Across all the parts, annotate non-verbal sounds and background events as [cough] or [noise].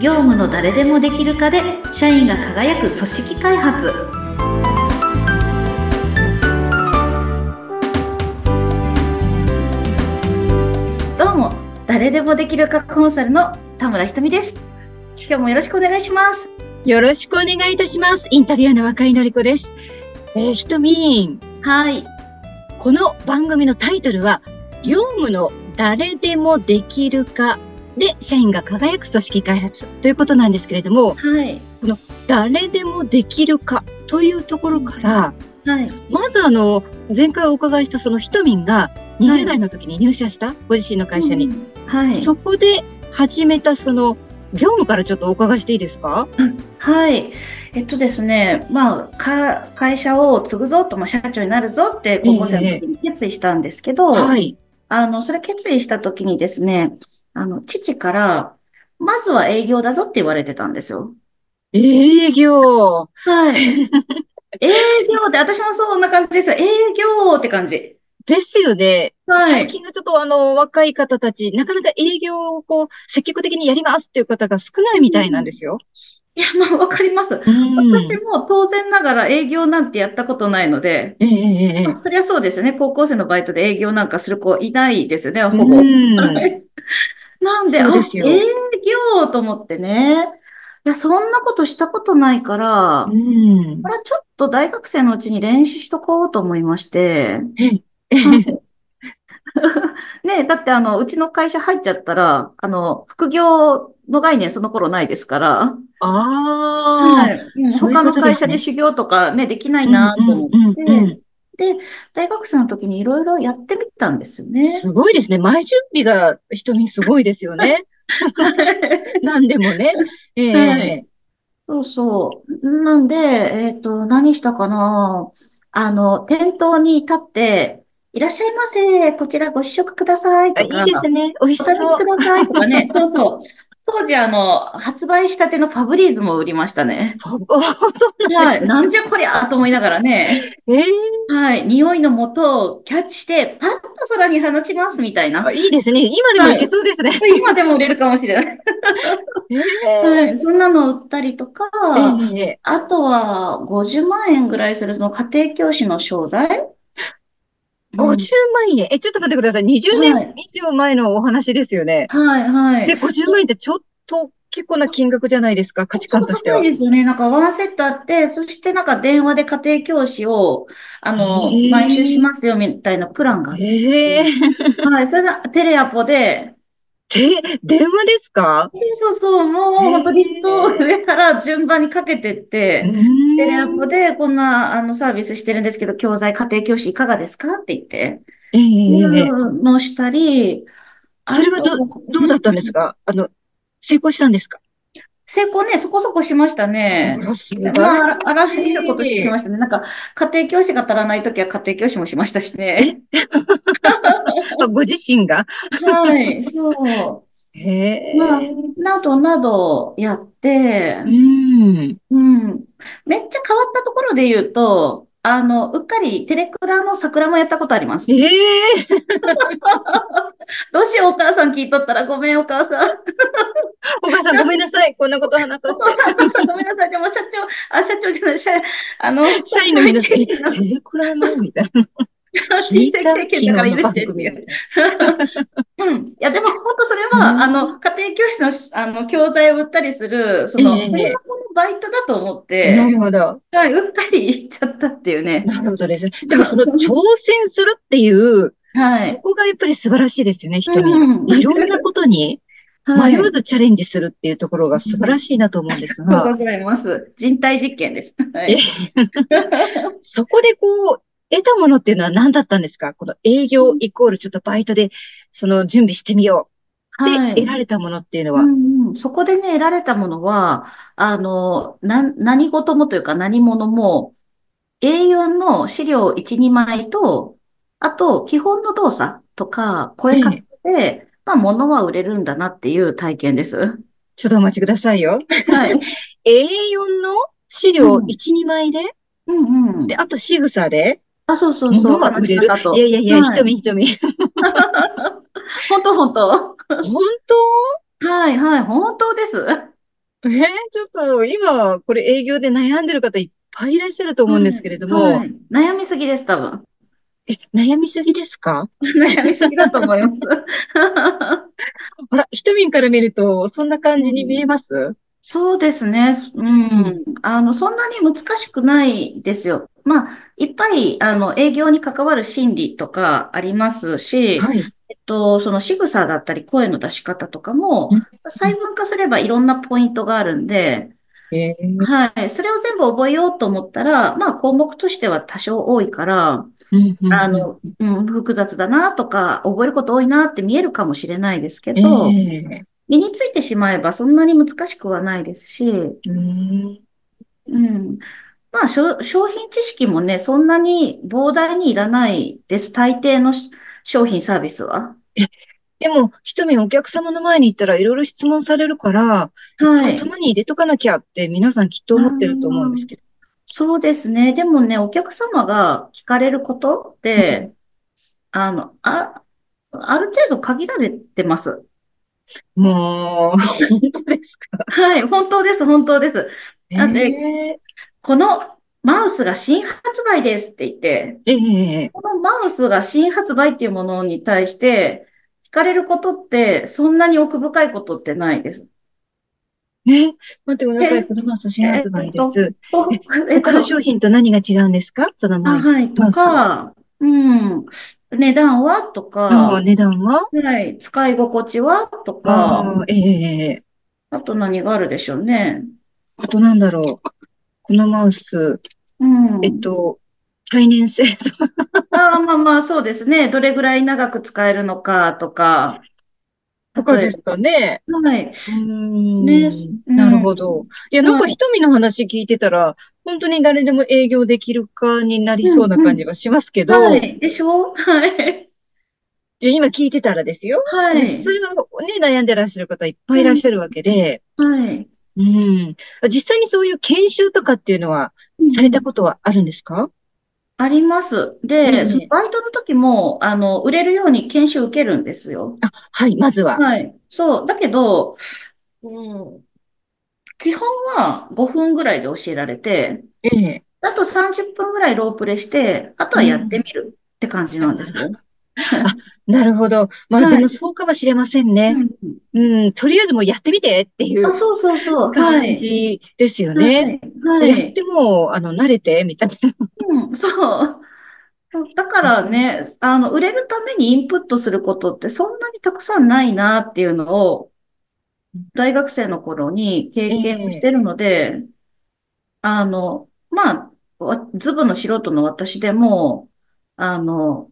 業務の誰でもできる化で社員が輝く組織開発どうも誰でもできる化コンサルの田村ひとみです今日もよろしくお願いしますよろしくお願いいたします。インタビュアーの若井のり子です。えー、ひとみん、はいこの番組のタイトルは、業務の誰でもできる化で社員が輝く組織開発ということなんですけれども、はい誰でもできる化というところから、はいまずあの、前回お伺いしたそのひとみんがはい20代の時に入社した、ご自身の会社に。はいそこで始めたその、業務からちょっとお伺いしていいですかはい。えっとですね、まあ、か会社を継ぐぞと、まあ、社長になるぞって高校生の時に決意したんですけど、はい。あの、それ決意した時にですね、あの、父から、まずは営業だぞって言われてたんですよ。営業。はい。営業って、私もそんな感じですよ。営業って感じ。ですよね。は最い。近はちょっとあの、若い方たち、なかなか営業をこう、積極的にやりますっていう方が少ないみたいなんですよ。いや、まあ、わかります。うん私。も当然ながら営業なんてやったことないので、えええええまあそりゃそうですよね。高校生のバイトで営業なんかする子いないですよね、え。ほ [laughs] ぼ。うん。なんで、そうあ、ですよ営業と思ってね。いや、そんなことしたことないから、うんこ。れはちょっと大学生のうちに練習しとこうと思いま [laughs] して。ええねだってあの、うちの会社入っちゃったら、あの、副業の概念その頃ないですから、ああ。い。うんそういう他のことですね会社で修行とかね、できないなと思うんって、うんうんで、大学生の時にいろいろやってみたんですよね。すごいですね。前準備が瞳すごいですよね。 [laughs] 何でもね。ええはいそうそう。なんで、えっと、何したかなあの、店頭に立って、いらっしゃいませ、こちらご試食くださいあといいか、ですね。美味しおそ試う。しくださいとかね、そうそう。当時、あの、発売したてのファブリーズも売りましたね。 [laughs] おそうなはんい。で [laughs] すねなんじゃこりゃと思いながらね、えはい。匂いの元をキャッチして、パッと空に放ちますみたいな。えいいですね。今でもいけそうですね。今でも売れるかもしれない。え [laughs] えはい。そんなの売ったりとか、ええええあとは、50万円ぐらいするその家庭教師の商材50万円。え、ちょっと待ってください。20はい年以上前のお話ですよね。うんはい、はい。で、50万円ってちょっと結構な金額じゃないですか、価値観としてそはう。ですよね。なんかワンセットあって、そしてなんか電話で家庭教師を、あのへ、ー毎週しますよみたいなプランがあって。ええはい、それがテレアポで、で、電話ですかそうそうそう、もう本当リストを上から順番にかけてって、テレアうポでこんなあのサービスしてるんですけど、教材家庭教師いかがですかって言って、ーんええうんのしたり、あそれはとどうだったんですかあの、成功したんですか成功ね、そこそこしましたね。あらすごい。まあ、あらゆることしましたね。なんか、家庭教師が足らないときは家庭教師もしましたしね。ご自身が。はい、そええまあう。などなどやってう、ん。うん。めっちゃ変わったところで言うと、あの、うっかりテレクラの桜もやったことあります。ええどうしよう、お母さん聞いとったらごめん、お母さん。お母さんごめんなさい。こんなこと話さおせて。父さん、お母さん、ごめんなさい。でも、社長、あ、社長じゃない、社、あの、社員の皆 [laughs] さん、え、人生テレクラのみたいな。人生経験だから許してっ昨日の番て組いうみたいな。うん。いや、でも、本当それうは、んあの、家庭教師のし、あの、教材を売ったりする、その、ええ親子のバイトだと思って、なるほど。はい、うっかり行っちゃったっていうね。なるほどですね。うでもそのそう挑戦するっていう、はそい。こがやっぱり素晴らしいですよね、人に。うん。いろんなことにはい。迷わずチャレンジするっていうところが素晴らしいなと思うんですそうが、ございます。人体実験です。はい。そこでこう、得たものっていうのは何だったんですかこの営業イコールちょっとバイトで、その準備してみようはでい得られたものっていうのうは。んうん、そこでね、得られたものは、あの、な、何事もというか何物も、A4 の資料1、2枚と、あと、基本の動作とか、声かけで、まあ、物は売れるんだなっていう体験 [laughs] です。ちょっとお待ちくださいよ。はい。 A4 の資料う1ん、 2枚で、うんうんで、。あと仕草で、あ、そうそうそう。物は売れる。話し方といやいやいや、はい瞳 [laughs] 瞳。本当本当。本当はいはい、本当です。 [laughs] えー、ちょっと今、これ営業で悩んでる方いっぱいいらっしゃると思うんですけれども、はい悩みすぎです、多分。 [laughs] え、悩みすぎですか悩みすぎだと思います。ほら、一民から見ると、そんな感じに見えます、そうですね。ううんん。あの、そんなに難しくないですよ。まあ、いっぱい、あの、営業に関わる心理とかありますし、はい。えっと、その仕草だったり声の出し方とかも、うん細分化すればいろんなポイントがあるんで、えーはい。それを全部覚えようと思ったら、まあ、項目としては多少多いから、うんうんうんあの、うん、複雑だなとか、覚えること多いなって見えるかもしれないですけえど、え身についてしまえばそんなに難しくはないですし、うんうん。まあ、しょ商品知識もね、そんなに膨大にいらないです。大抵のし商品サービスは。でも、一民お客様の前に行ったらいろいろ質問されるから、はい。頭に入れとかなきゃって皆さんきっと思ってると思うんですけど。そうですね。でもね、お客様が聞かれることって、あの、あ、ある程度限られてます。もう、本当ですかはい、本当です、本当です。だってえこのマウスが新発売ですって言って、えええこのマウスが新発売っていうものに対して、聞かれることって、そんなに奥深いことってないです。ね、待ってくださえい。このマウス新発売です。おえっと他の商品と何が違うんですかそのあ、マウス。はい、とか、うん、値段はとのか、値段ははい、使い心地はとか、ああ、ええええあと何があるでしょうね。あとなんだろう。このマウス、うん。えっと、耐 [laughs] 年性。ああ、まあまあ、そうですね。どれぐらい長く使えるのかとか。とかですかね。例えばはい。うーんねなるほど。いや、なんかはい瞳の話聞いてたら、本当に誰でも営業できるかになりそうな感じはしますけど、はいい。でしょはい。や今聞いてたらですよ。は実い。際はね、悩んでらっしゃる方いっぱいいらっしゃるわけで、はい。うん。実際にそういう研修とかっていうのは、されたことはあるんですかあります。ええで、そのバイトの時も、あの、売れるように研修受けるんですよ。はい、まずは。はい。そう。だけど、うん、基本は5分ぐらいで教えられて、ええ。あと30分ぐらいロープレして、あとはやってみるって感じなんですよ。なるほど。まあはいでもそうかもしれませんね。うんうん、とりあえずもうやってみてっていうあ、そうそうそう。はい。感じですよね。はやい。はっい。ても、あの、慣れて、みたいな。うん、そう。だからね、あの、売れるためにインプットすることってそんなにたくさんないなっていうのを、大学生の頃に経験してるので、あの、まあ、わズブの素人の私でも、あの、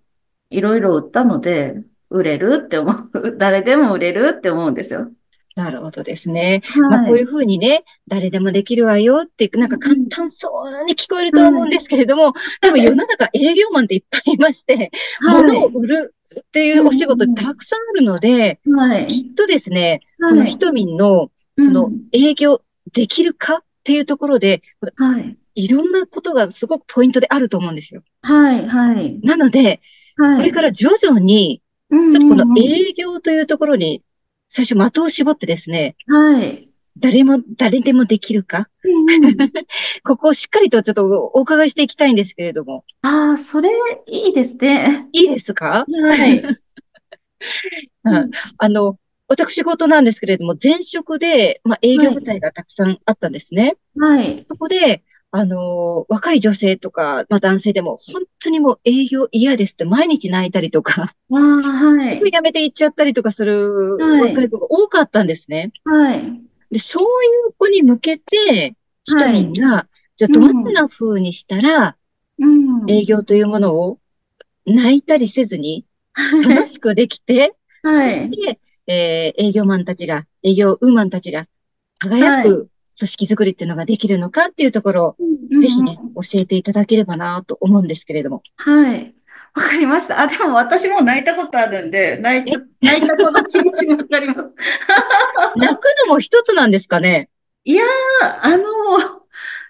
いろいろ売ったので、売れるって思う。 [laughs] 誰でも売れるって思うんですよ。なるほどですね。まあ、こうはいい。うふうにね、誰でもできるわよって、なんか簡単そうに聞こえるとは思うんですけれども、でも世の中営業マンっていっぱいいまして、物をは売るっていうお仕事うんたくさんあるので、い。はい。きっとですね、このはい。ひとみんの、そのうん営業できるかっていうところで、はい。いろんなことがすごくポイントであると思うんですよ。はい。はい。なので、はい。これから徐々うに、んちょっとこのうんうん営業というところに、最初的を絞ってですね、はい。誰も、誰でもできるか、ここをしっかりとちょっとお伺いしていきたいんですけれども、ああ、それいいですね。いいですかはい。 [laughs] うんあの、私事なんですけれども、前職で、まあ、営業部隊がたくさんあったんですね。はい。そこで、あの、若い女性とか、まあ、男性でも、本当にもう営業嫌ですって毎日泣いたりとか、ああ、はい。辞めて行っちゃったりとかするはい若い子が多かったんですね。はい。で、そういう子に向けて、ひとみんが、じゃあどんな風にしたら、うん。営業というものを泣いたりせずに、は楽しくできて、い。で、えー営業マンたちが、営業ウーマンたちが輝く組織づくりっていうのができるのかっていうところを、 [laughs] ぜひね、教えていただければなと思うんですけれども。はい。わかりました。あ、でも私も泣いたことあるんで、泣いた、泣いた子の気持ちもわかります。泣くのも一つなんですかねいやー、あの、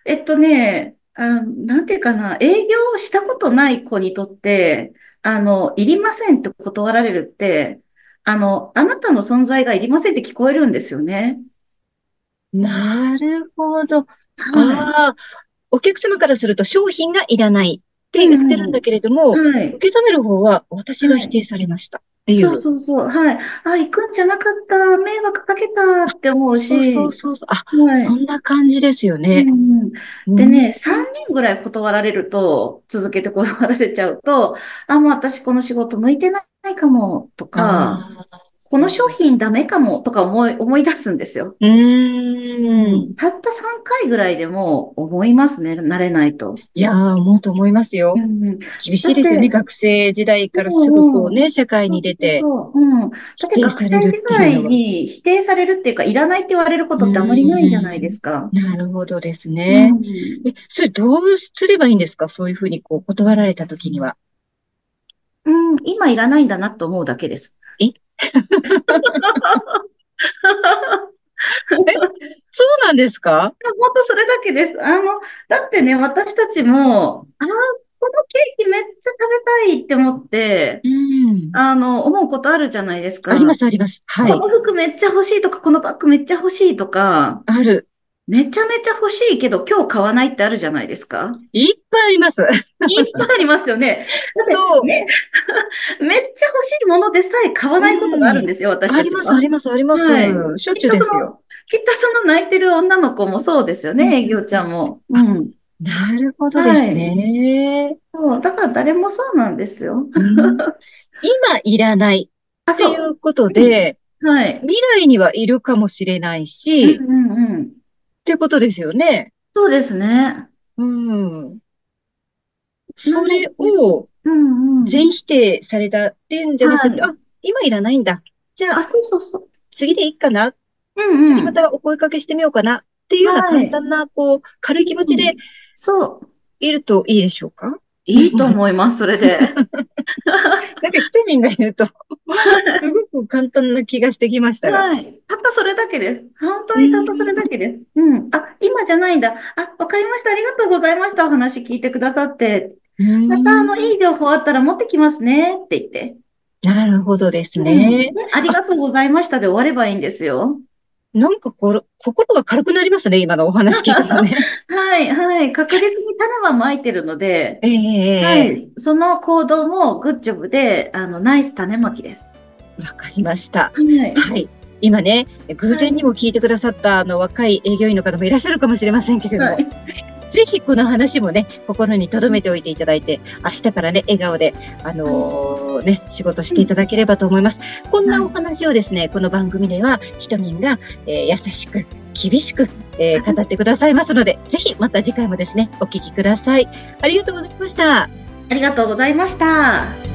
えっとね、あ、なんていうかな、営業をしたことない子にとって、あの、いりませんって断られるって、あの、あなたの存在がいりませんって聞こえるんですよね。なるほど。はああ、お客様からすると商品がいらないって言ってるんだけれどい。も、はい。受け止める方は私がは否い。定されましたっていそうう。そうそう。はい。あ、行くんじゃなかった。迷惑かけたって思うそうそうし。そうそう。あ、はそい。んな感じですようね。んうん。うでん。ね、3人ぐらい断られると、続けて断られちゃうと、あ、もう私この仕事向いてないかも、とか、ああ、この商品ダメかも、とか思い、思い出すんですよ。ううーん。ん。たった3回ぐらいでも思いますね、慣れないと。いやー、思うと思いますうよ。んうん。厳しだいっですよて、ね。学生時代からすぐうこんううん。ね、社会そうそに出うてそう。うん。だ否って定学さ生れる時っていう代のは。に否定されるっていうか、いらないって言われるこうとってあまりないじゃないーでん。すか。なるほどですうね。ん。え、それどうすればいいんですかそういうふうにこう断られた時には。うん、今いらないんだなと思うだけです。え、え、そうなんですか [laughs] 本当それだけです。あの、だってね、私たちも、あー、このケーキめっちゃ食べたいって思って、うん。あの、思うことあるじゃないですありまか。す、あります。はこい。の服めっちゃ欲しいとか、このバッグめっちゃ欲しいとか、ある。めちゃめちゃ欲しいけど今日買わないってあるじゃないです [laughs] か。いっぱいあります。いっぱいありますよね。だって、そう。め、 [laughs] めっちゃ欲しいものでさえ買わないことがあうるんん。ですよ、私あたりちます、あは。ります、あります。はい。しょっきちっゅとうでそすよ。の、きっとその泣いてる女の子もそうですようん、ね、営うん、業ちうゃんん。も。うあ、ん。なるほどではすい。ね。そう、だから誰もそうなんですよ。うん。今いらないあ、ってそ。いううことうん。で、はい。未来にはいるかもしれないうし、っんうんうん。ていうことですよね。そうですね。うん。なそのれで、をうんう全ん。否定されたっていうんじゃなはくて、い。あ、今いらないんだ。じゃあ、あ、そうそうそう。次でいいかな。うん次うまん。たお声かけしてみようかな。っていうようなは簡い。単な、こう、軽い気持うちでん。そう。いるといいでしょうかいいと思います、それ [laughs] で。なんか、ひとみんが言うとすはごく簡単な気がしてきましい。たが。たったそれだけです。本当うにたったそれん。だけです。うん。あ、今じゃないんだ。あ、わかりました。ありがとうございました。お話聞いてくださって。うまた、あの、ん。いい情報あったら持ってきますね。って言って。なるほどですうん。ね。で、ありあ、がとうございましたで終わればいいんですよ。なんかこれ、心が軽くなりますね、今のお話聞いて [laughs] もね。はい、はい。確実に種はまいてるので、ええ、はええ、い。その行動もグッジョブで、あの、ナイス種まきです。ええわかりましはた。い。はい。今ね、偶は然い。にも聞いてくださったあの若い営業員の方もいらっしゃるかもしれませんけれどはも、い。ぜひこの話もね、心に留めておいていただいて、明日からね、笑顔で、あのーね、仕事していただければと思います。こんはなおい。話をですね、この番組では、ひとみんが、えー優しく、厳しく、えー語ってくださいますので、ぜひまた次回もですね、お聞きください。ありがとうございました。ありがとうございました。